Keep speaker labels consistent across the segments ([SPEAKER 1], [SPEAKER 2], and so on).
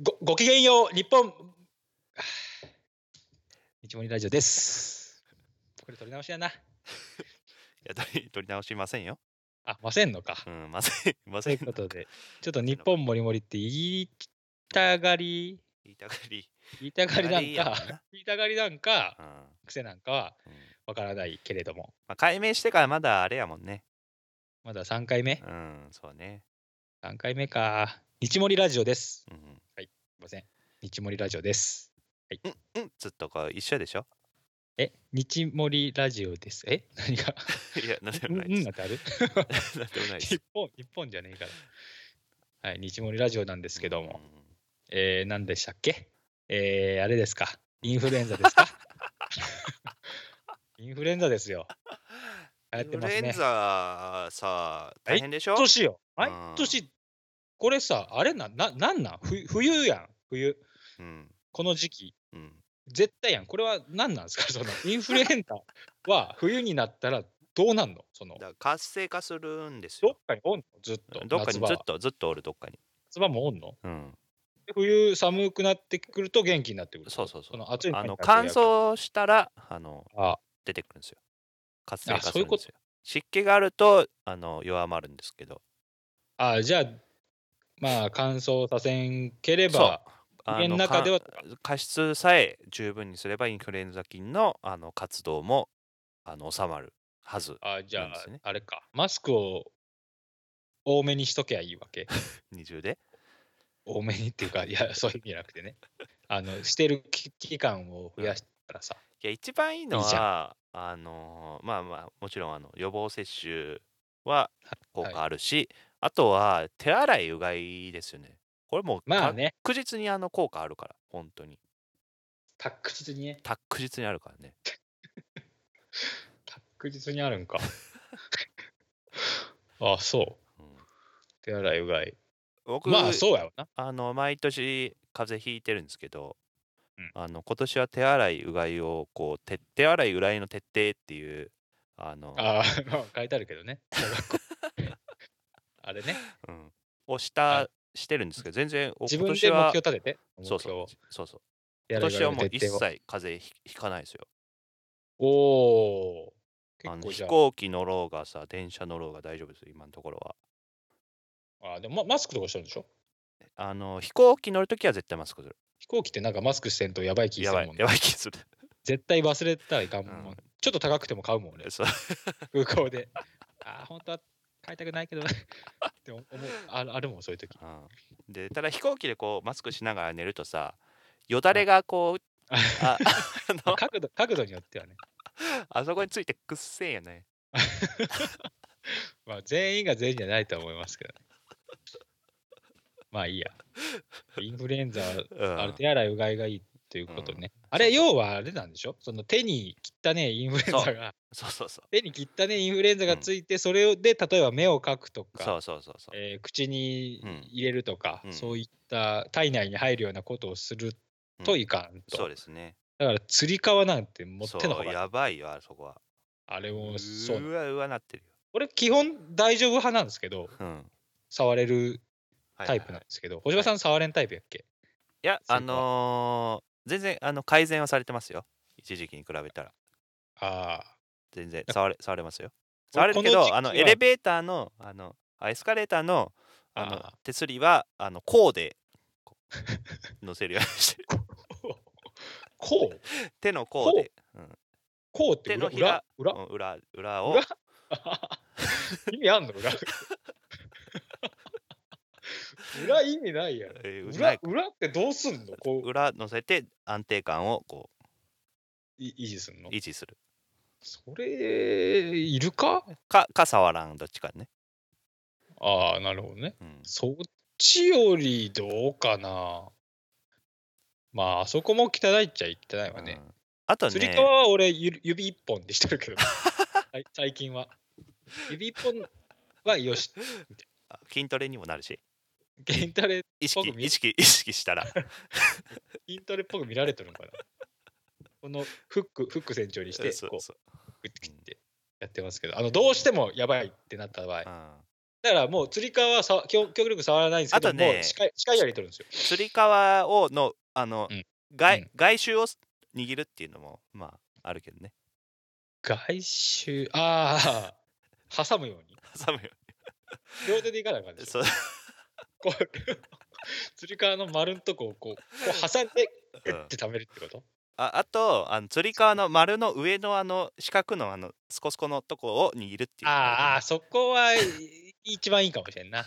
[SPEAKER 1] ごごきげんよう、日本。 日森ラジオです。これ取り直しやな。
[SPEAKER 2] や取り取り直しませんよ。
[SPEAKER 1] あ、ませんのか。
[SPEAKER 2] うん、ません、 ま
[SPEAKER 1] と
[SPEAKER 2] せ
[SPEAKER 1] い
[SPEAKER 2] ん
[SPEAKER 1] う。ことで、ちょっと日本もりもりって言いたがり、
[SPEAKER 2] 言いたがり。
[SPEAKER 1] 言いたがりなん
[SPEAKER 2] や
[SPEAKER 1] か
[SPEAKER 2] もん、な
[SPEAKER 1] 言いたがりなんか
[SPEAKER 2] う、ん。うん
[SPEAKER 1] 癖なんかはわからないけれども、
[SPEAKER 2] まあ、解明してからまだあれやもんね。
[SPEAKER 1] まだ3回目
[SPEAKER 2] うん、そうね。
[SPEAKER 1] ?3 回目か。日森ラジオです。
[SPEAKER 2] うん、
[SPEAKER 1] すいません。日森ラジオです。
[SPEAKER 2] うん、ずっとこう一緒でしょ
[SPEAKER 1] え、日森ラジオです。え何が
[SPEAKER 2] いや、なん で
[SPEAKER 1] う
[SPEAKER 2] も
[SPEAKER 1] ん
[SPEAKER 2] な
[SPEAKER 1] う
[SPEAKER 2] い
[SPEAKER 1] ん
[SPEAKER 2] で
[SPEAKER 1] なんてある
[SPEAKER 2] す。 なんでもないです。
[SPEAKER 1] 日本、日本じゃねえから。はい、日森ラジオなんですけども、
[SPEAKER 2] うん
[SPEAKER 1] えー、何でしたっけえー、あれですか、インフルエンザです かインフルエンザですよ。流行ってま
[SPEAKER 2] イ
[SPEAKER 1] す
[SPEAKER 2] ンフルエ
[SPEAKER 1] ね
[SPEAKER 2] ン。ザさ、
[SPEAKER 1] はい
[SPEAKER 2] 大変でしょ、
[SPEAKER 1] 毎年よ、
[SPEAKER 2] うん
[SPEAKER 1] 毎年、これさ、あれな、ななんなんふ冬やん、冬。
[SPEAKER 2] うん、
[SPEAKER 1] この時期、
[SPEAKER 2] うん。
[SPEAKER 1] 絶対やん。これは何なんですかそのインフルエンザは冬になったらどうなんのその
[SPEAKER 2] だから活性化するんです
[SPEAKER 1] どっ
[SPEAKER 2] よ。
[SPEAKER 1] かにおんのずっと。
[SPEAKER 2] どっか
[SPEAKER 1] 夏
[SPEAKER 2] に
[SPEAKER 1] 場
[SPEAKER 2] ずっ
[SPEAKER 1] は
[SPEAKER 2] とずっとおるどっかに。
[SPEAKER 1] 夏場もおんの
[SPEAKER 2] うん、
[SPEAKER 1] で冬寒くなってくると元気になってくる。
[SPEAKER 2] そうそうそう
[SPEAKER 1] の暑い
[SPEAKER 2] あの
[SPEAKER 1] に対
[SPEAKER 2] 乾
[SPEAKER 1] してやる
[SPEAKER 2] 燥したらあの
[SPEAKER 1] あ
[SPEAKER 2] 出てくるんですよ。活性化
[SPEAKER 1] あ
[SPEAKER 2] す
[SPEAKER 1] そうい
[SPEAKER 2] る
[SPEAKER 1] うんこ
[SPEAKER 2] で
[SPEAKER 1] と
[SPEAKER 2] すよ。湿気があるとあの弱まるんですけど。
[SPEAKER 1] ああじゃあまあ乾燥させんければ
[SPEAKER 2] そう
[SPEAKER 1] 家の
[SPEAKER 2] あ
[SPEAKER 1] 中では
[SPEAKER 2] か加湿さえ十分にすればインフルエンザ菌のあの活動もあの収まるはず
[SPEAKER 1] あじゃあ、
[SPEAKER 2] なんですね
[SPEAKER 1] あれかマスクを多めにしとけばいいわけ
[SPEAKER 2] 二重で
[SPEAKER 1] 多めにっていうかいや そういう意味じゃなくてねあのしてる期期間を増やしたらさ、
[SPEAKER 2] いや一番いいの
[SPEAKER 1] いいじ
[SPEAKER 2] はあのーまあまあもちろんあの予防接種は効果あるし、あとは手洗いうがいですよねこれもう
[SPEAKER 1] まあね
[SPEAKER 2] 確実にあの効果あるから本当に
[SPEAKER 1] 確実にね
[SPEAKER 2] 確実にあるからね
[SPEAKER 1] 確実にある んかあそう
[SPEAKER 2] うん
[SPEAKER 1] 手洗いうがい
[SPEAKER 2] 僕、
[SPEAKER 1] まあそうやわな
[SPEAKER 2] あの毎年風邪ひいてるんですけど、
[SPEAKER 1] うん
[SPEAKER 2] あの今年は手洗いうがいをこうて手洗いうがいの徹底っていうあの
[SPEAKER 1] ああまあ書いてあるけどね小学校 あれね
[SPEAKER 2] うん、をし
[SPEAKER 1] あ
[SPEAKER 2] たしてるんですけど全然お
[SPEAKER 1] 自
[SPEAKER 2] 今
[SPEAKER 1] 分で目
[SPEAKER 2] 年
[SPEAKER 1] 標
[SPEAKER 2] は
[SPEAKER 1] 立てて目
[SPEAKER 2] そう
[SPEAKER 1] 標
[SPEAKER 2] そう
[SPEAKER 1] を
[SPEAKER 2] そうそう
[SPEAKER 1] や
[SPEAKER 2] 今
[SPEAKER 1] る
[SPEAKER 2] 年はもう
[SPEAKER 1] やる
[SPEAKER 2] 一
[SPEAKER 1] 徹底を
[SPEAKER 2] 切風邪ひひかないですよ
[SPEAKER 1] おお
[SPEAKER 2] あ
[SPEAKER 1] 結
[SPEAKER 2] の
[SPEAKER 1] 構じ
[SPEAKER 2] 飛
[SPEAKER 1] ゃ
[SPEAKER 2] 行機乗ろうがさ電車乗ろうが大丈夫ですよ今のところは
[SPEAKER 1] ああでもママスクとかしてるんでしょ
[SPEAKER 2] あの飛行機乗るときは絶対マスクする
[SPEAKER 1] 飛行機ってなんかマスクしてんとやばい気す
[SPEAKER 2] や
[SPEAKER 1] る
[SPEAKER 2] ば
[SPEAKER 1] も
[SPEAKER 2] い
[SPEAKER 1] んね
[SPEAKER 2] やばい気する
[SPEAKER 1] 絶対忘れたらいかんもん、
[SPEAKER 2] うん
[SPEAKER 1] ちょっと高くても買う もんね
[SPEAKER 2] そう
[SPEAKER 1] 空港でああ本当は買いたくないけ どなって思うあるあるもんそういう時
[SPEAKER 2] うん、でただ飛行機でこうマスクしながら寝るとさよだれがこうああの
[SPEAKER 1] 角度角度によってはね、
[SPEAKER 2] あそこについてくっせえよね。
[SPEAKER 1] まあ、全員が全員じゃないとは思いますけどねまあいいやインフルエンザは
[SPEAKER 2] うん
[SPEAKER 1] あれ手洗いうがいがいいっていうことね、あれ要はあれなんでしょその手に汚ねえインフルエン
[SPEAKER 2] そ
[SPEAKER 1] ザ
[SPEAKER 2] う
[SPEAKER 1] が
[SPEAKER 2] そうそうそう。
[SPEAKER 1] 手に汚ねえインフルエンザがついて、それで例えば目をかくとか
[SPEAKER 2] そうそうそうそう。
[SPEAKER 1] えー口に
[SPEAKER 2] うん
[SPEAKER 1] 入れるとか、
[SPEAKER 2] うん
[SPEAKER 1] そういった体内に入るようなことをするといかんと、
[SPEAKER 2] そうですね。
[SPEAKER 1] だからつり革なんて持っての
[SPEAKER 2] そ
[SPEAKER 1] ほ
[SPEAKER 2] う
[SPEAKER 1] が
[SPEAKER 2] やばいよ、あそこは。
[SPEAKER 1] あれ
[SPEAKER 2] う
[SPEAKER 1] もそうなの
[SPEAKER 2] わうわなってるよ。
[SPEAKER 1] 俺基本大丈夫派なんですけど
[SPEAKER 2] うん。はい
[SPEAKER 1] 触れる
[SPEAKER 2] はい
[SPEAKER 1] タイプなんですけど、星葉さん触れんタイプやっけ
[SPEAKER 2] いや、
[SPEAKER 1] それ
[SPEAKER 2] あ
[SPEAKER 1] か
[SPEAKER 2] のー全然あの改善はされてますよ。一時期に比べたら。
[SPEAKER 1] ああ
[SPEAKER 2] 全然
[SPEAKER 1] だ
[SPEAKER 2] 触れ触れますよ。
[SPEAKER 1] こ
[SPEAKER 2] 触れるけ
[SPEAKER 1] この時期
[SPEAKER 2] ど、
[SPEAKER 1] は
[SPEAKER 2] あのエレベーターの、あのあエスカレーターのあの
[SPEAKER 1] あ
[SPEAKER 2] 手すりは、あの、こうでこ う乗せるようにしてる。
[SPEAKER 1] こう
[SPEAKER 2] 手のこうで、
[SPEAKER 1] こうって
[SPEAKER 2] 手の
[SPEAKER 1] 裏
[SPEAKER 2] ひら
[SPEAKER 1] 裏裏
[SPEAKER 2] うん裏裏を
[SPEAKER 1] 裏意味あんの裏 裏意味ないやろ
[SPEAKER 2] えーうま
[SPEAKER 1] 裏
[SPEAKER 2] い
[SPEAKER 1] 裏ってどうすんのこう
[SPEAKER 2] 裏乗せて安定感をこ
[SPEAKER 1] い維持すんの
[SPEAKER 2] う維持する
[SPEAKER 1] それいるか
[SPEAKER 2] かか触らんどっちかね、
[SPEAKER 1] ああなるほどね
[SPEAKER 2] うん、
[SPEAKER 1] そっちよりどうかなまああそこも汚いっちゃ汚いわね
[SPEAKER 2] う、んあと
[SPEAKER 1] つり
[SPEAKER 2] ね
[SPEAKER 1] 革は俺ゆ指一本でしてる けどはい最近は指一本はよし
[SPEAKER 2] あ筋トレにもなるし
[SPEAKER 1] 筋トレ
[SPEAKER 2] 意識
[SPEAKER 1] 僕見
[SPEAKER 2] 意識意識したら
[SPEAKER 1] 筋トレっぽく見られてるのかなこのフックフック船長にして
[SPEAKER 2] そう
[SPEAKER 1] こう
[SPEAKER 2] そう
[SPEAKER 1] グッて切ってやってますけどあのどうしてもやばいってなった場合
[SPEAKER 2] うん
[SPEAKER 1] だからもう釣り革はさ極極力触らないんですけど
[SPEAKER 2] あとね
[SPEAKER 1] もう近い近いやり取るんですよ
[SPEAKER 2] 釣り革をのあの、
[SPEAKER 1] うん
[SPEAKER 2] 外
[SPEAKER 1] うん
[SPEAKER 2] 外周を握るっていうのもまああるけどね
[SPEAKER 1] 外周ああ挟むように
[SPEAKER 2] 挟むよ
[SPEAKER 1] 両手でいかなあかん
[SPEAKER 2] う
[SPEAKER 1] で
[SPEAKER 2] に
[SPEAKER 1] し
[SPEAKER 2] そ
[SPEAKER 1] ょ
[SPEAKER 2] う
[SPEAKER 1] こう 釣り革の丸のとこをこうこう挟んでグ
[SPEAKER 2] うん
[SPEAKER 1] ッて溜めるってこと
[SPEAKER 2] ああとあの釣り革の丸の上のあの四角のあのスコスコのとこを握るっていうの
[SPEAKER 1] あ
[SPEAKER 2] が
[SPEAKER 1] ーあ
[SPEAKER 2] あ
[SPEAKER 1] ーそこはい一番いいかもしれんな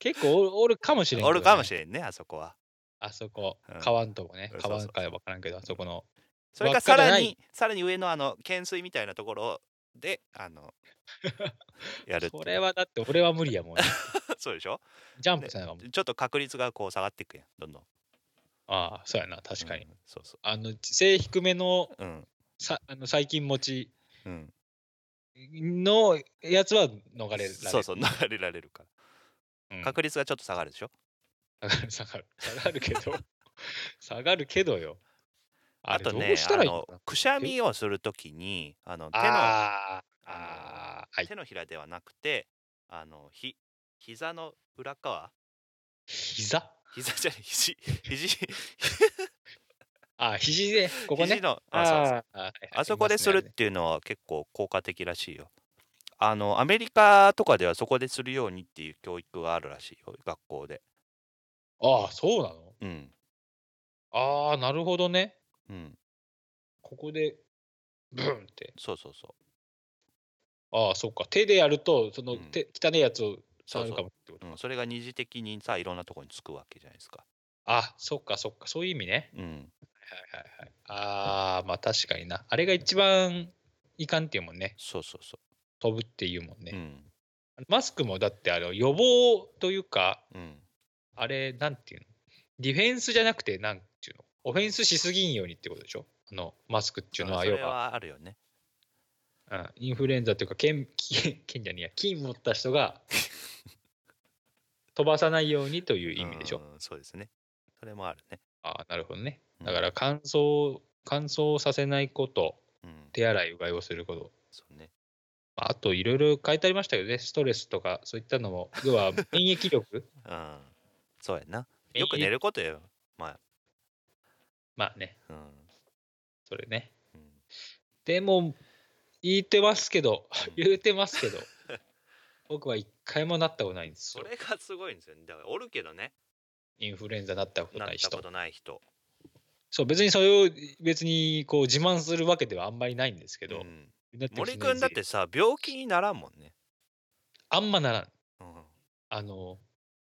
[SPEAKER 1] 結構おるおるかもし
[SPEAKER 2] る
[SPEAKER 1] れ
[SPEAKER 2] け
[SPEAKER 1] ん
[SPEAKER 2] どねおるかも
[SPEAKER 1] れん
[SPEAKER 2] しれんねあそこは
[SPEAKER 1] あそこ
[SPEAKER 2] うん
[SPEAKER 1] 買わんとこね
[SPEAKER 2] そうそ
[SPEAKER 1] 買
[SPEAKER 2] う
[SPEAKER 1] わ
[SPEAKER 2] そう
[SPEAKER 1] んかは分からんけどあそこの
[SPEAKER 2] それ
[SPEAKER 1] 輪
[SPEAKER 2] か
[SPEAKER 1] っかじ
[SPEAKER 2] さ
[SPEAKER 1] ゃない
[SPEAKER 2] らにさらに上のあの懸垂みたいなところであ のやるっていう
[SPEAKER 1] それはだって俺は無理やもん
[SPEAKER 2] そうでしょ
[SPEAKER 1] ジャンプせなあかんもん
[SPEAKER 2] ちょっと確率がこう下がっていくやんどんどん
[SPEAKER 1] ああそうやな確かに、
[SPEAKER 2] うんそうそ
[SPEAKER 1] あの背低めの
[SPEAKER 2] ううん
[SPEAKER 1] さあの細菌持ち
[SPEAKER 2] うん
[SPEAKER 1] のやつは逃れられる
[SPEAKER 2] そうそう流れられるから
[SPEAKER 1] うん
[SPEAKER 2] 確率がちょっと下がるでしょ
[SPEAKER 1] 下がる 下がる下がるけど 下がるけどよ
[SPEAKER 2] あ
[SPEAKER 1] れ
[SPEAKER 2] と
[SPEAKER 1] ど
[SPEAKER 2] ね
[SPEAKER 1] うした
[SPEAKER 2] あ
[SPEAKER 1] らいい
[SPEAKER 2] のくしゃみをするときにあの手の
[SPEAKER 1] ああー
[SPEAKER 2] あ
[SPEAKER 1] あーはい
[SPEAKER 2] 手のひらではなくてあのひ膝の裏側
[SPEAKER 1] 膝
[SPEAKER 2] 膝じゃな い肘肘
[SPEAKER 1] あー肘でここ
[SPEAKER 2] 肘
[SPEAKER 1] ね
[SPEAKER 2] のあそうそう
[SPEAKER 1] あーはいはい
[SPEAKER 2] あそこです
[SPEAKER 1] いま
[SPEAKER 2] るっ
[SPEAKER 1] ね
[SPEAKER 2] ていうのは結構効果的らしいよ。あのアメリカとかではそこでするようにっていう教育があるらしいよ学校で。
[SPEAKER 1] ああそうなの
[SPEAKER 2] うん
[SPEAKER 1] ああなるほどね
[SPEAKER 2] うん
[SPEAKER 1] ここでブンって
[SPEAKER 2] そうそうそ
[SPEAKER 1] ああそうか手でやるとその
[SPEAKER 2] うん
[SPEAKER 1] 手、汚いやつを触るかもってこと
[SPEAKER 2] う、うん、それが二次的にさいろんなところにつくわけじゃないですか。
[SPEAKER 1] あそっかそっかそういう意味ね
[SPEAKER 2] うん
[SPEAKER 1] はいはいはいああまあ確かになあれが一番いかんっていうもんね
[SPEAKER 2] そうそうそ
[SPEAKER 1] 飛ぶっていうもん
[SPEAKER 2] う。う
[SPEAKER 1] ね、
[SPEAKER 2] ん
[SPEAKER 1] マスクもだってあの予防というか
[SPEAKER 2] うん
[SPEAKER 1] あれなんていうのディフェンスじゃなくてなんていうのオフェンスしすぎんようにってことでしょあのマスクっていうの
[SPEAKER 2] まあ
[SPEAKER 1] は
[SPEAKER 2] そ
[SPEAKER 1] 要
[SPEAKER 2] れ
[SPEAKER 1] は、
[SPEAKER 2] はあるよね。
[SPEAKER 1] うん、インフルエンザというか 剣剣剣じゃねえや菌持った人が 飛ばさないようにという意味でしょ、
[SPEAKER 2] うんそうですね。それもあるね。
[SPEAKER 1] ああなるほどね
[SPEAKER 2] うん
[SPEAKER 1] だから乾燥乾燥させないこと
[SPEAKER 2] うん
[SPEAKER 1] 手洗いうがいをすること
[SPEAKER 2] そうね。
[SPEAKER 1] まああといろいろ書いてありましたけどね、ストレスとかそういったのも、要は免疫力
[SPEAKER 2] うんそうやな。よく寝
[SPEAKER 1] 免疫
[SPEAKER 2] ることよ。
[SPEAKER 1] まあね、
[SPEAKER 2] うん
[SPEAKER 1] それね。
[SPEAKER 2] うん
[SPEAKER 1] でも、言ってますけど、言うてます けど、僕は一回もなったことないんです
[SPEAKER 2] そ
[SPEAKER 1] よ。
[SPEAKER 2] れがすごいんですよね。だからおるけどね。
[SPEAKER 1] インフルエンザなったこと
[SPEAKER 2] なっ
[SPEAKER 1] ない
[SPEAKER 2] た
[SPEAKER 1] 人
[SPEAKER 2] こ。とない人。
[SPEAKER 1] そう、別にそれを別にこう自慢するわけではあんまりないんですけ
[SPEAKER 2] う
[SPEAKER 1] ど、
[SPEAKER 2] ん
[SPEAKER 1] だって
[SPEAKER 2] 森くんだってさ病気にならんもんね、
[SPEAKER 1] あんまならん。
[SPEAKER 2] うん
[SPEAKER 1] あの、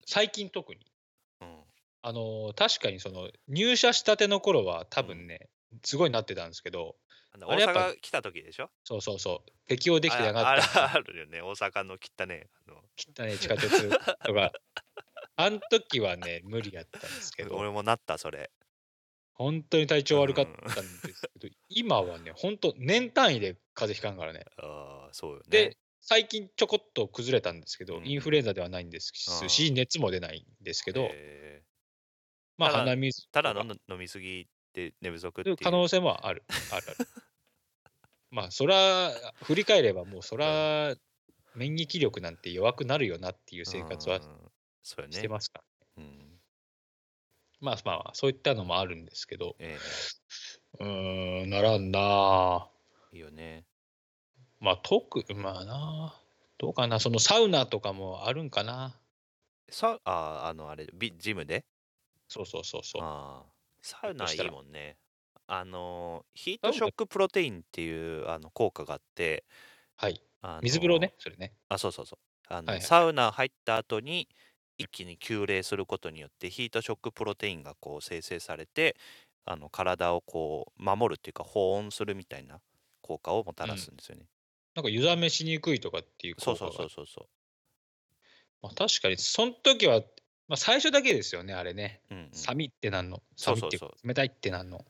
[SPEAKER 1] 最近特に。
[SPEAKER 2] うん、
[SPEAKER 1] あの、確かにその入社したての頃は多分ね、すごいなってたんですけど、
[SPEAKER 2] あの
[SPEAKER 1] あ
[SPEAKER 2] 大
[SPEAKER 1] れやっぱ
[SPEAKER 2] 阪来た時でしょ
[SPEAKER 1] そうそうそう、適応できてなか
[SPEAKER 2] あ
[SPEAKER 1] った。
[SPEAKER 2] ああるよね大阪の汚ねあの
[SPEAKER 1] 汚い地下鉄とか あん時はね無理やったんですけど
[SPEAKER 2] 俺もなったそれ
[SPEAKER 1] 本当に体調悪かったんですけど、今はね本当年単位で風邪ひかんからね
[SPEAKER 2] あーそうよね
[SPEAKER 1] で最近ちょこっと崩れたんですけど、
[SPEAKER 2] うん
[SPEAKER 1] インフルエンザではないんですし、
[SPEAKER 2] う
[SPEAKER 1] 熱も出ないんですけど、
[SPEAKER 2] え
[SPEAKER 1] まあ
[SPEAKER 2] ただ
[SPEAKER 1] 鼻水
[SPEAKER 2] ー
[SPEAKER 1] と
[SPEAKER 2] た
[SPEAKER 1] か
[SPEAKER 2] だ飲ん飲みすぎて寝不足ってい
[SPEAKER 1] いうう可能性も あるあるあるまあそら振り返ればもうそら免疫力なんて弱くなるよなっていう生活は
[SPEAKER 2] うんそうよね
[SPEAKER 1] してますから、
[SPEAKER 2] うん
[SPEAKER 1] まあまあそういったのもあるんですけど
[SPEAKER 2] え
[SPEAKER 1] うーん、ならんなあ
[SPEAKER 2] ーいいよね
[SPEAKER 1] まあ、特、まあなあどうかな、そのサウナとかもあるんかな。
[SPEAKER 2] さあーあのあれビジムで
[SPEAKER 1] そうそうそうそう。
[SPEAKER 2] あー
[SPEAKER 1] ひ
[SPEAKER 2] サウ
[SPEAKER 1] ょっと
[SPEAKER 2] ナい
[SPEAKER 1] したら
[SPEAKER 2] いもんねあのーヒー
[SPEAKER 1] サウ
[SPEAKER 2] ト
[SPEAKER 1] ナ
[SPEAKER 2] ショックプロテインっていうあの効果があって
[SPEAKER 1] はい。
[SPEAKER 2] あの
[SPEAKER 1] 水風呂ね、それね。
[SPEAKER 2] あそうそうそうあの、
[SPEAKER 1] はいはい
[SPEAKER 2] サウナ入った後に一気に急冷することによってヒートショックプロテインがこう生成されてあの体をこう守るっていうか保温するみたいな効果をもたらすんですよね、
[SPEAKER 1] なんか湯冷めしにくいとかっていう
[SPEAKER 2] そう
[SPEAKER 1] 効果
[SPEAKER 2] そ
[SPEAKER 1] が
[SPEAKER 2] うそうそうそ
[SPEAKER 1] まあ、確かに、その時は、まあ、最初だけですよね、あれね。
[SPEAKER 2] う、うんうん、
[SPEAKER 1] サミってなんの。
[SPEAKER 2] そ
[SPEAKER 1] サ
[SPEAKER 2] う
[SPEAKER 1] ミ
[SPEAKER 2] そう
[SPEAKER 1] って
[SPEAKER 2] そう
[SPEAKER 1] 冷たいってなんの。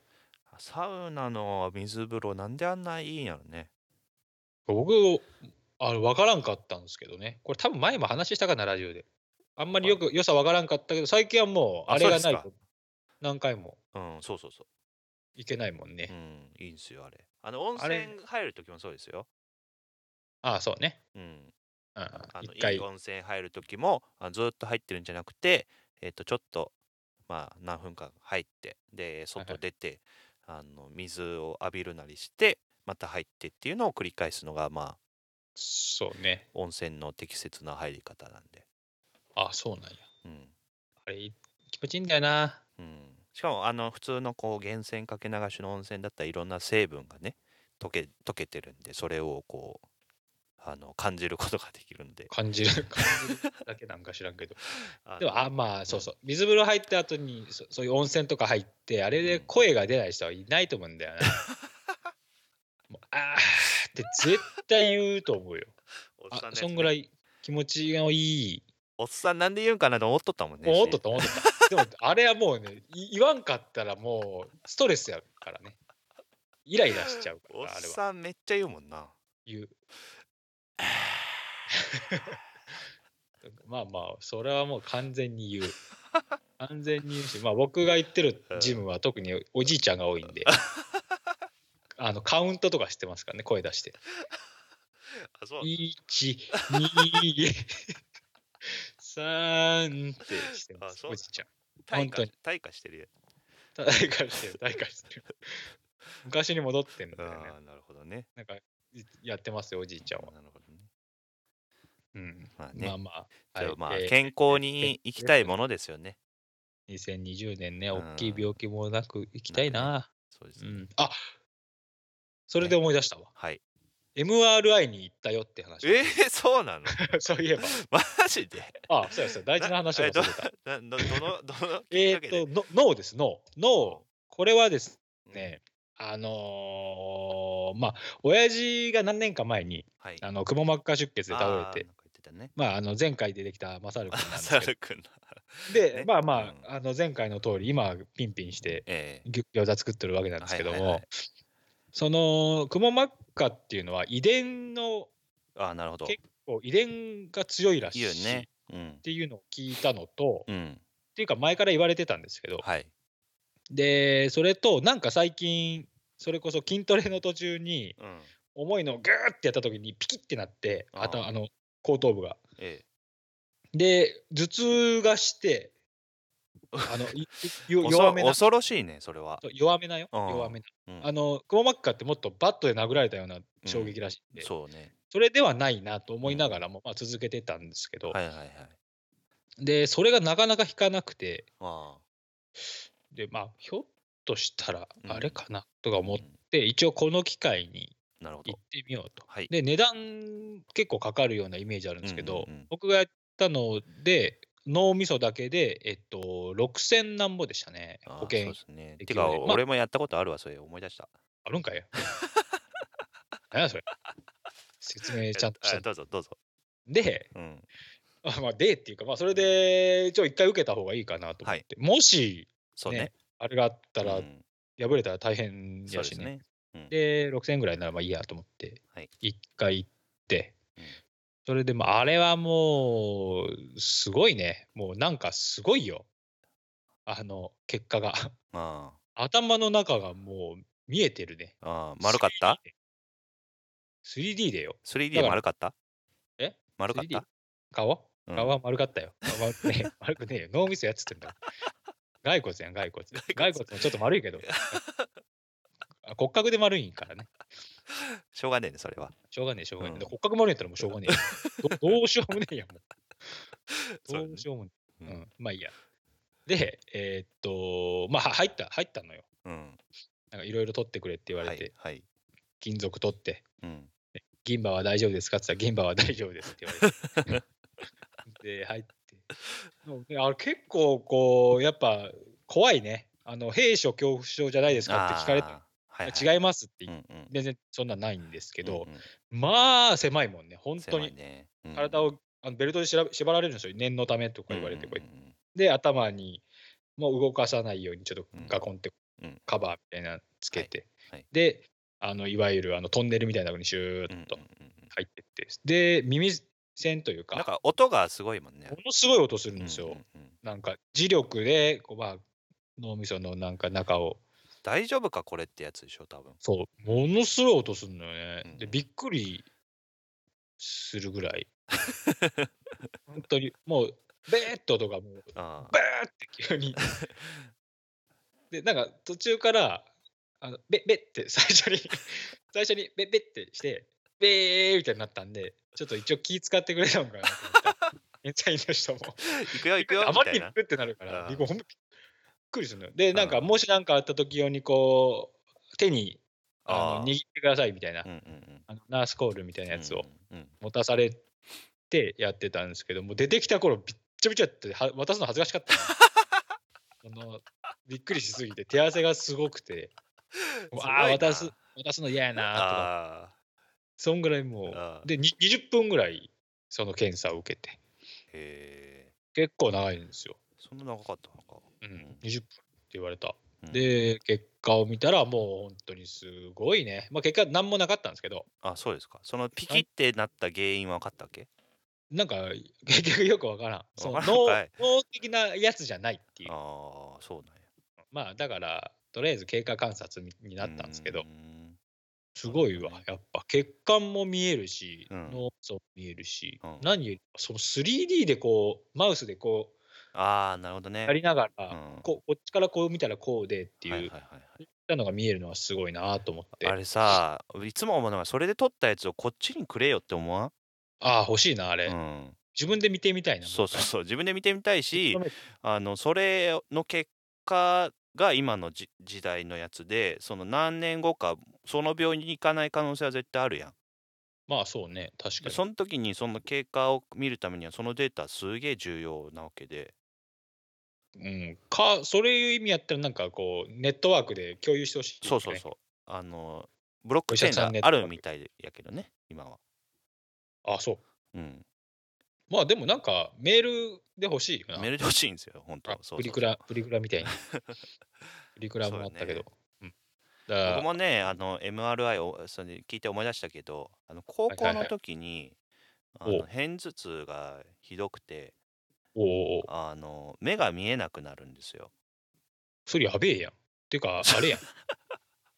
[SPEAKER 2] サウナの水風呂なんであんないいんやろね
[SPEAKER 1] 僕、あの分からんかったんですけどね。これ多分前も話したかな、ラジオで。あんまりよく、良さ分からんかったけど、最近はもう、
[SPEAKER 2] あ
[SPEAKER 1] あれがな
[SPEAKER 2] そう
[SPEAKER 1] い
[SPEAKER 2] ですか
[SPEAKER 1] と何回も
[SPEAKER 2] うんそうそうそ
[SPEAKER 1] 行けないもんね。
[SPEAKER 2] ううんいいんですよあれあの温
[SPEAKER 1] あれ
[SPEAKER 2] 泉入る時もそうですよ
[SPEAKER 1] ああ、そうね。
[SPEAKER 2] うん
[SPEAKER 1] うん
[SPEAKER 2] あの
[SPEAKER 1] 一
[SPEAKER 2] い
[SPEAKER 1] 回
[SPEAKER 2] い温泉入る時もあずーっと入ってるんじゃなくて、えっとちょっとまあ何分間入ってで
[SPEAKER 1] はい
[SPEAKER 2] 外出て、あの水を浴びるなりしてまた入ってっていうのを繰り返すのがまあ
[SPEAKER 1] そうね
[SPEAKER 2] 温泉の適切な入り方なんで、
[SPEAKER 1] あそうなんや
[SPEAKER 2] うん
[SPEAKER 1] あれ気持ちいいんだよな
[SPEAKER 2] うん、しかもあの普通のこう源泉かけ流しの温泉だったらいろんな成分がね溶け溶けてるんでそれをこうあの感じることができるんで
[SPEAKER 1] 感じ る感じるだけなんか知らんけど
[SPEAKER 2] あの
[SPEAKER 1] でもあまあそうそう水風呂入った後にそそういう温泉とか入ってあれで声が出ない人はいないと思うんだよ ねもうあーって絶対言うと思う よ
[SPEAKER 2] おっさんの
[SPEAKER 1] あ
[SPEAKER 2] やつね
[SPEAKER 1] そんぐらい気持ちがいい
[SPEAKER 2] おっさんなんで言うんかなと思っとったもんね
[SPEAKER 1] 思っとった思っとっ たでもあれはもうねい言わんかったらもうストレスやからねイライラしちゃうか
[SPEAKER 2] おっ
[SPEAKER 1] らあれは
[SPEAKER 2] さんめっちゃ言うもん な
[SPEAKER 1] 言うまあまあそれはもう完全に 言う完全に言うしまあ僕が行ってるジムは特におじいちゃんが多いん であのカウントとかしてますからね声出して
[SPEAKER 2] あそう
[SPEAKER 1] 123ってしてま
[SPEAKER 2] あ
[SPEAKER 1] す
[SPEAKER 2] そう
[SPEAKER 1] おじいちゃん
[SPEAKER 2] 退
[SPEAKER 1] 本当
[SPEAKER 2] 化
[SPEAKER 1] に
[SPEAKER 2] 退化してる
[SPEAKER 1] 大化してる大化してる昔に戻ってんだ
[SPEAKER 2] あ
[SPEAKER 1] よね
[SPEAKER 2] あなるほどね
[SPEAKER 1] なんかいやってますよおじいちゃんは、
[SPEAKER 2] なるほどね
[SPEAKER 1] うん
[SPEAKER 2] まあね
[SPEAKER 1] まあまあ、
[SPEAKER 2] じゃあまあ
[SPEAKER 1] はいえー
[SPEAKER 2] 健康に生きたいものですよね
[SPEAKER 1] 2020年ね
[SPEAKER 2] うん
[SPEAKER 1] 大きい病気もなくいきたいな、
[SPEAKER 2] そうです
[SPEAKER 1] う
[SPEAKER 2] ね
[SPEAKER 1] ん、あそれで思い出したわ、
[SPEAKER 2] はい
[SPEAKER 1] MRI に行ったよって話
[SPEAKER 2] えー、そうなの
[SPEAKER 1] そういえば
[SPEAKER 2] マジで
[SPEAKER 1] あそうやそうや大事な話を忘れた
[SPEAKER 2] などどのどの
[SPEAKER 1] えーっ
[SPEAKER 2] きっかけ
[SPEAKER 1] と
[SPEAKER 2] で
[SPEAKER 1] の脳です脳脳これはです
[SPEAKER 2] うん
[SPEAKER 1] ねあのーまあ親父が何年か前に
[SPEAKER 2] はい
[SPEAKER 1] あのくも膜下出血で倒れ
[SPEAKER 2] あー
[SPEAKER 1] て
[SPEAKER 2] なんか言ってたね
[SPEAKER 1] まあ、あの前回出てきたマサル君なんです
[SPEAKER 2] サ
[SPEAKER 1] けど
[SPEAKER 2] ル君の
[SPEAKER 1] で、
[SPEAKER 2] ね
[SPEAKER 1] まあま
[SPEAKER 2] うん
[SPEAKER 1] ああの前回の通り今ピンピンして
[SPEAKER 2] ええ
[SPEAKER 1] ぎゅ餃子作ってるわけなんですけども、
[SPEAKER 2] はいはいはい
[SPEAKER 1] そのくも膜下っていうのは遺伝の
[SPEAKER 2] あーなるほど
[SPEAKER 1] 結こう遺伝が強いらしい
[SPEAKER 2] 言うね
[SPEAKER 1] っ
[SPEAKER 2] うん
[SPEAKER 1] ていうのを聞いたのと、っ
[SPEAKER 2] うん
[SPEAKER 1] ていうか前から言われてたんですけど
[SPEAKER 2] はい
[SPEAKER 1] でそれとなんか最近それこそ筋トレの途中に
[SPEAKER 2] うん
[SPEAKER 1] 重いのをグーってやった時にピキってなって
[SPEAKER 2] あー
[SPEAKER 1] あとあの後頭部が。
[SPEAKER 2] え
[SPEAKER 1] で頭痛がしてあのいよ
[SPEAKER 2] え
[SPEAKER 1] 弱めな
[SPEAKER 2] 恐ろしいねそれは
[SPEAKER 1] そう弱めなよ
[SPEAKER 2] うん
[SPEAKER 1] 弱めな
[SPEAKER 2] うん
[SPEAKER 1] あのクモマッカってもっとバットで殴られたような衝撃らしいんで、
[SPEAKER 2] そうね
[SPEAKER 1] それではないなと思いながらも、まあ、続けてたんですけど、
[SPEAKER 2] はいはいはい
[SPEAKER 1] でそれがなかなか引かなくて
[SPEAKER 2] あ
[SPEAKER 1] でまあひょっとしたら
[SPEAKER 2] うん
[SPEAKER 1] あれかなとか
[SPEAKER 2] あ
[SPEAKER 1] 思って、一応この機会に
[SPEAKER 2] なるほど
[SPEAKER 1] 行ってみようと
[SPEAKER 2] はい
[SPEAKER 1] で値段結構かかるようなイメージあるんですけど、
[SPEAKER 2] うんうんうん
[SPEAKER 1] 僕がやったので脳みそだけで、えっと、6000なんぼでしたね
[SPEAKER 2] あー
[SPEAKER 1] 保険
[SPEAKER 2] そうですね
[SPEAKER 1] 適
[SPEAKER 2] て
[SPEAKER 1] 用
[SPEAKER 2] か
[SPEAKER 1] でまあ
[SPEAKER 2] 俺もやったことあるわそれ思い出した
[SPEAKER 1] あるん かい何やそれ説明ちゃんとし
[SPEAKER 2] えあ
[SPEAKER 1] た
[SPEAKER 2] どうぞどうぞ
[SPEAKER 1] で
[SPEAKER 2] うん
[SPEAKER 1] あまあでっていうかまあそれで一応一回受けた方がいいかなと思って、もし
[SPEAKER 2] そう
[SPEAKER 1] ね
[SPEAKER 2] ね
[SPEAKER 1] あれがあったら、
[SPEAKER 2] うん
[SPEAKER 1] 破れたら大変
[SPEAKER 2] そう
[SPEAKER 1] や
[SPEAKER 2] で
[SPEAKER 1] し
[SPEAKER 2] す
[SPEAKER 1] ね
[SPEAKER 2] ね
[SPEAKER 1] で6000円ぐらいならまあいいやと思って
[SPEAKER 2] はい
[SPEAKER 1] 一回行って、
[SPEAKER 2] うん
[SPEAKER 1] それでまああれはもうすごいねもうなんかすごいよあの結果が
[SPEAKER 2] あ
[SPEAKER 1] 頭の中がもう見えてるね
[SPEAKER 2] ーあー丸かった
[SPEAKER 1] 3D でよ
[SPEAKER 2] 3D 丸かった
[SPEAKER 1] え
[SPEAKER 2] 丸かった
[SPEAKER 1] 3D 顔
[SPEAKER 2] うん
[SPEAKER 1] 顔は丸かったよ。顔はねえ、丸くねえよ。脳みそやっつってんだから。骸骨やん、骸骨。骸
[SPEAKER 2] 骸骨
[SPEAKER 1] 骨もちょっと丸いけど。あ骨格で丸いからね。
[SPEAKER 2] しょうがねえねそれは
[SPEAKER 1] しょうがねえ、しょうがねえ。
[SPEAKER 2] うん
[SPEAKER 1] 骨格丸いんやったらもうしょうがねえよ。どどうしようもねえやん、も
[SPEAKER 2] そ
[SPEAKER 1] う。
[SPEAKER 2] うだね
[SPEAKER 1] どうしようもね
[SPEAKER 2] う
[SPEAKER 1] え。
[SPEAKER 2] ん
[SPEAKER 1] うん、まあいいや。で、えーっと、まあは入った、入ったのよ。
[SPEAKER 2] うん
[SPEAKER 1] なんかいろいろ取ってくれって言わ
[SPEAKER 2] は
[SPEAKER 1] れて
[SPEAKER 2] い、はい
[SPEAKER 1] 金属取って、
[SPEAKER 2] うん
[SPEAKER 1] 銀歯は大丈夫ですかって言ったら、銀歯は大丈夫ですって言われ て。で、入って。であれ結構こう、やっぱ怖いね。あの、兵所恐怖症じゃないですかって聞かれた
[SPEAKER 2] あーはい
[SPEAKER 1] ら。違いますって
[SPEAKER 2] う
[SPEAKER 1] 言って、
[SPEAKER 2] んうん
[SPEAKER 1] 全然そんなんないんですけど
[SPEAKER 2] う、んうん
[SPEAKER 1] まあ狭いもんね。本当
[SPEAKER 2] 狭い
[SPEAKER 1] に
[SPEAKER 2] ね
[SPEAKER 1] 体をあのベルトでしら縛られるんですよ。念のためとか言われて、こうやってで、頭にもう動かさないように、ちょっとガコンって
[SPEAKER 2] うん
[SPEAKER 1] カバーみたいなのつけて
[SPEAKER 2] はいはい、
[SPEAKER 1] で、あのいわゆるあのトンネルみたいなのにシューッと
[SPEAKER 2] うんうんうんうん
[SPEAKER 1] 入ってって、で、耳栓という
[SPEAKER 2] なんか音がすごいもんね
[SPEAKER 1] ものすごい音するんですよ。
[SPEAKER 2] うんうんうん
[SPEAKER 1] なんか磁力でこう、まあ、脳みそのなんか中を
[SPEAKER 2] 大丈夫かこれってやつでしょ多分
[SPEAKER 1] そうものすごい音するのよね。
[SPEAKER 2] うん
[SPEAKER 1] でびっくりするぐらい本当にもうベーッと音がもう
[SPEAKER 2] あ
[SPEAKER 1] バーって急 にでなんか途中からあのベッベッって最初に 最初にベッベッってしてベーみたいになったんでちょっと一応気使ってくれたのかなと思 った演奏員の人も
[SPEAKER 2] あ行くよ行くよ
[SPEAKER 1] あ
[SPEAKER 2] み
[SPEAKER 1] ま
[SPEAKER 2] た
[SPEAKER 1] り
[SPEAKER 2] い
[SPEAKER 1] に
[SPEAKER 2] な
[SPEAKER 1] ブってなるから
[SPEAKER 2] うん
[SPEAKER 1] リコほんとびっくりするのよでなんか
[SPEAKER 2] うん
[SPEAKER 1] もし何かあった時用にこう手にあ
[SPEAKER 2] あ
[SPEAKER 1] の
[SPEAKER 2] ー
[SPEAKER 1] 握ってくださいみたいな
[SPEAKER 2] うんうんうん
[SPEAKER 1] あのナースコールみたいなやつを
[SPEAKER 2] うんうん
[SPEAKER 1] 持たされてやってたんですけどもう出てきた頃びっちゃびちゃやっては渡すの恥ずかしか ったなあのびっくりしすぎて手汗がすごくて
[SPEAKER 2] ごいな
[SPEAKER 1] ああー渡す渡すの嫌やなーとか
[SPEAKER 2] あ
[SPEAKER 1] そんぐらいも
[SPEAKER 2] あー
[SPEAKER 1] うでに20分ぐらいその検査を受けて
[SPEAKER 2] ーへえ
[SPEAKER 1] 結構長いんですよ、
[SPEAKER 2] そんな長かったのか
[SPEAKER 1] うん
[SPEAKER 2] ん
[SPEAKER 1] 20分って言われた、
[SPEAKER 2] うん
[SPEAKER 1] で結果を見たらもう本当にすごいねまあ結果何もなかったんですけど
[SPEAKER 2] あそうですかそのピキってなった原因は分かったっけ
[SPEAKER 1] なんか結局よくわからんその
[SPEAKER 2] わからん
[SPEAKER 1] 脳
[SPEAKER 2] かい
[SPEAKER 1] 脳的なやつじゃないっていう
[SPEAKER 2] ああそうなんや
[SPEAKER 1] まあだからとりあえず経過観察みになったんですけど
[SPEAKER 2] うーん
[SPEAKER 1] すごいわやっぱ血管も見えるし、
[SPEAKER 2] うん
[SPEAKER 1] 脳みそも見えるし、
[SPEAKER 2] うん
[SPEAKER 1] 何よりその 3D でこうマウスでこ
[SPEAKER 2] ああなるほどね
[SPEAKER 1] うやりながら、
[SPEAKER 2] うん
[SPEAKER 1] ここっちからこう見たらこうでっていう、
[SPEAKER 2] はいはいはいはい
[SPEAKER 1] たのが見えるのはすごいなと思って
[SPEAKER 2] あ
[SPEAKER 1] あ
[SPEAKER 2] れさいつも思うのがそれで撮ったやつをこっちにくれよって思わん、
[SPEAKER 1] あー欲しいなあれ、
[SPEAKER 2] うん、
[SPEAKER 1] 自分で見てみたいな
[SPEAKER 2] そうそうそう自分で見てみたいし
[SPEAKER 1] もう一回
[SPEAKER 2] あのそれの結果が今のじ時代のやつでその何年後かその病院に行かない可能性は絶対あるやん
[SPEAKER 1] まあそうね確か
[SPEAKER 2] で
[SPEAKER 1] に
[SPEAKER 2] その時にその経過を見るためにはそのデータすげえ重要なわけで
[SPEAKER 1] うん、かそういう意味やったらなんかこうネットワークで共有してほしい、ね、
[SPEAKER 2] そうそうそうあのブロックチェ
[SPEAKER 1] お医者さ
[SPEAKER 2] ー
[SPEAKER 1] ん
[SPEAKER 2] ン
[SPEAKER 1] ネッ
[SPEAKER 2] が
[SPEAKER 1] ト
[SPEAKER 2] あ
[SPEAKER 1] ワーク
[SPEAKER 2] るみたいやけどね今は
[SPEAKER 1] あそう
[SPEAKER 2] うん
[SPEAKER 1] まあでもなんかメールで欲しいよな
[SPEAKER 2] メールで欲しいんですよ本当
[SPEAKER 1] あ
[SPEAKER 2] そうそう
[SPEAKER 1] プリクラプリクラみ たいにプリクラもあったけどうんだから
[SPEAKER 2] 僕もねあの MRI をそれ聞いて思い出したけどあの高校の時にあ
[SPEAKER 1] はいはい
[SPEAKER 2] の片頭痛がひどくて
[SPEAKER 1] おうおう
[SPEAKER 2] あの目が見えなくなるんですよ。
[SPEAKER 1] それやべえやんて かあれやん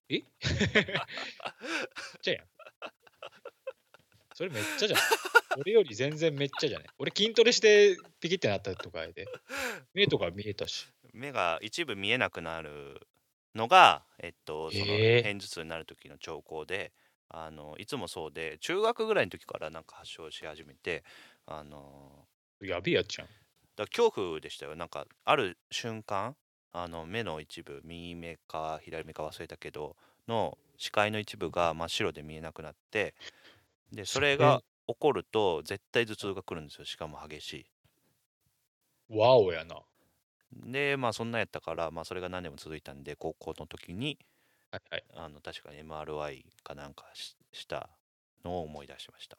[SPEAKER 1] え じゃあやんそれめっちゃじゃん俺より全然めっちゃじゃない俺筋トレしてピキってなったとかで目とか見えたし
[SPEAKER 2] 目が一部見えなくなるのが、えっと、その
[SPEAKER 1] えー
[SPEAKER 2] 片頭痛になる時の兆候で、あのいつもそうで中学ぐらいの時からなんか発症し始めてあの
[SPEAKER 1] やべえやっちゃん
[SPEAKER 2] だから恐怖でしたよなんかある瞬間あの目の一部右目か左目か忘れたけどの視界の一部が真っ白で見えなくなってでそれが起こると絶対頭痛が来るんですよしかも激しい。
[SPEAKER 1] ワオやなは
[SPEAKER 2] でまあそんなんやったから、まあ、それが何年も続いたんで高校の時に
[SPEAKER 1] いはい
[SPEAKER 2] あの確かに MRI かなんかししたのを思い出しました。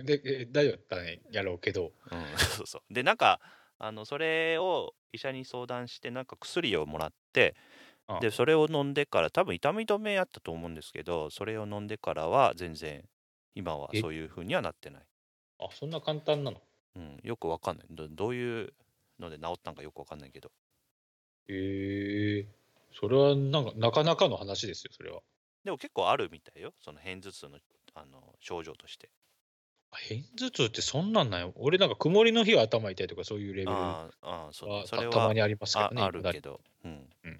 [SPEAKER 1] でえ大丈夫だったねやろうけど
[SPEAKER 2] うん そうそうでなんかあのそれを医者に相談してなんか薬をもらって
[SPEAKER 1] あ
[SPEAKER 2] でそれを飲んでから多分痛み止めやったと思うんですけどそれを飲んでからは全然今は
[SPEAKER 1] え
[SPEAKER 2] そういうふうにはなってない、
[SPEAKER 1] あそんな簡単なの
[SPEAKER 2] うん、よくわかんないどどういうので治ったんかよくわかんないけど
[SPEAKER 1] へえそれはなんかなかなかの話ですよそれは
[SPEAKER 2] でも結構あるみたいよその片頭痛のあの症状として
[SPEAKER 1] 片頭痛ってそんなんなんや俺なんか曇りの日は頭痛いとかそういうレベルは
[SPEAKER 2] あーあーそそ
[SPEAKER 1] た
[SPEAKER 2] れ
[SPEAKER 1] た
[SPEAKER 2] は
[SPEAKER 1] まにありますけ
[SPEAKER 2] あ
[SPEAKER 1] どね
[SPEAKER 2] ある
[SPEAKER 1] 未だ
[SPEAKER 2] けど、うん、
[SPEAKER 1] に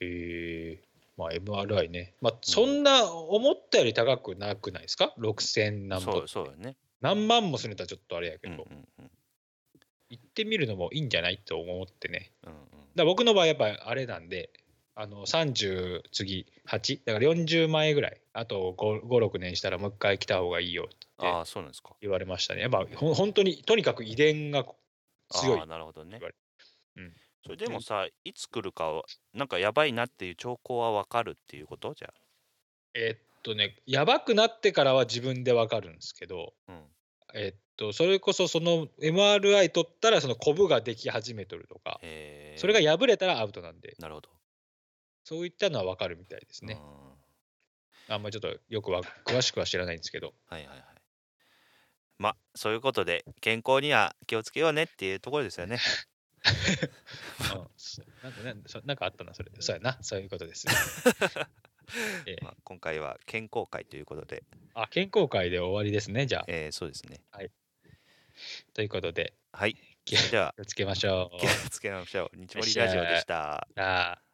[SPEAKER 1] へえまあ MRI ねまあそんな思ったより高くなくないですか6000何
[SPEAKER 2] そう
[SPEAKER 1] 本
[SPEAKER 2] そうよね、
[SPEAKER 1] 何万もするとはちょっとあれやけ
[SPEAKER 2] う
[SPEAKER 1] ど、
[SPEAKER 2] んうんうん
[SPEAKER 1] 行ってみるのもいいんじゃないと思ってね
[SPEAKER 2] うん
[SPEAKER 1] だから僕の場合やっぱあれなんであの30次8だから40万円ぐらいあと56年したらもう一回来た方がいいよって
[SPEAKER 2] うん、ああそうなんですか
[SPEAKER 1] 言われましたねやっぱほん本当にとにかく遺伝が強い
[SPEAKER 2] ああなるほどね
[SPEAKER 1] 言われ。うん
[SPEAKER 2] それで
[SPEAKER 1] う
[SPEAKER 2] も
[SPEAKER 1] ん
[SPEAKER 2] さ、いつ来るかはなんかやばいなっていう兆候はわかるっていうことじゃ
[SPEAKER 1] えっとねやばくなってからは自分でわかるんですけど
[SPEAKER 2] あ。うん。
[SPEAKER 1] えっとそれこそその MRI 取ったらそのコブができ始めとるとか
[SPEAKER 2] えー、
[SPEAKER 1] それが破れたらアウトなんで
[SPEAKER 2] なるほど。
[SPEAKER 1] そういったのはわかるみたいですね
[SPEAKER 2] うん。
[SPEAKER 1] あんまりちょっとよくわ詳しくは知らないんですけど
[SPEAKER 2] はいはいはい。まそういうことで健康には気をつけようねっていうところですよね。
[SPEAKER 1] うん、そうなんかねそなんかあったな、それ。そうやな、そういうことです。ええ
[SPEAKER 2] まあ、今回は健康会ということで、
[SPEAKER 1] あ、健康会で終わりですね、じゃあ。
[SPEAKER 2] えーそうですね。
[SPEAKER 1] ということで、
[SPEAKER 2] はい。
[SPEAKER 1] 気
[SPEAKER 2] それでは、
[SPEAKER 1] をつけましょ
[SPEAKER 2] 気をつけましょう。日盛りラジオでした。
[SPEAKER 1] う。あー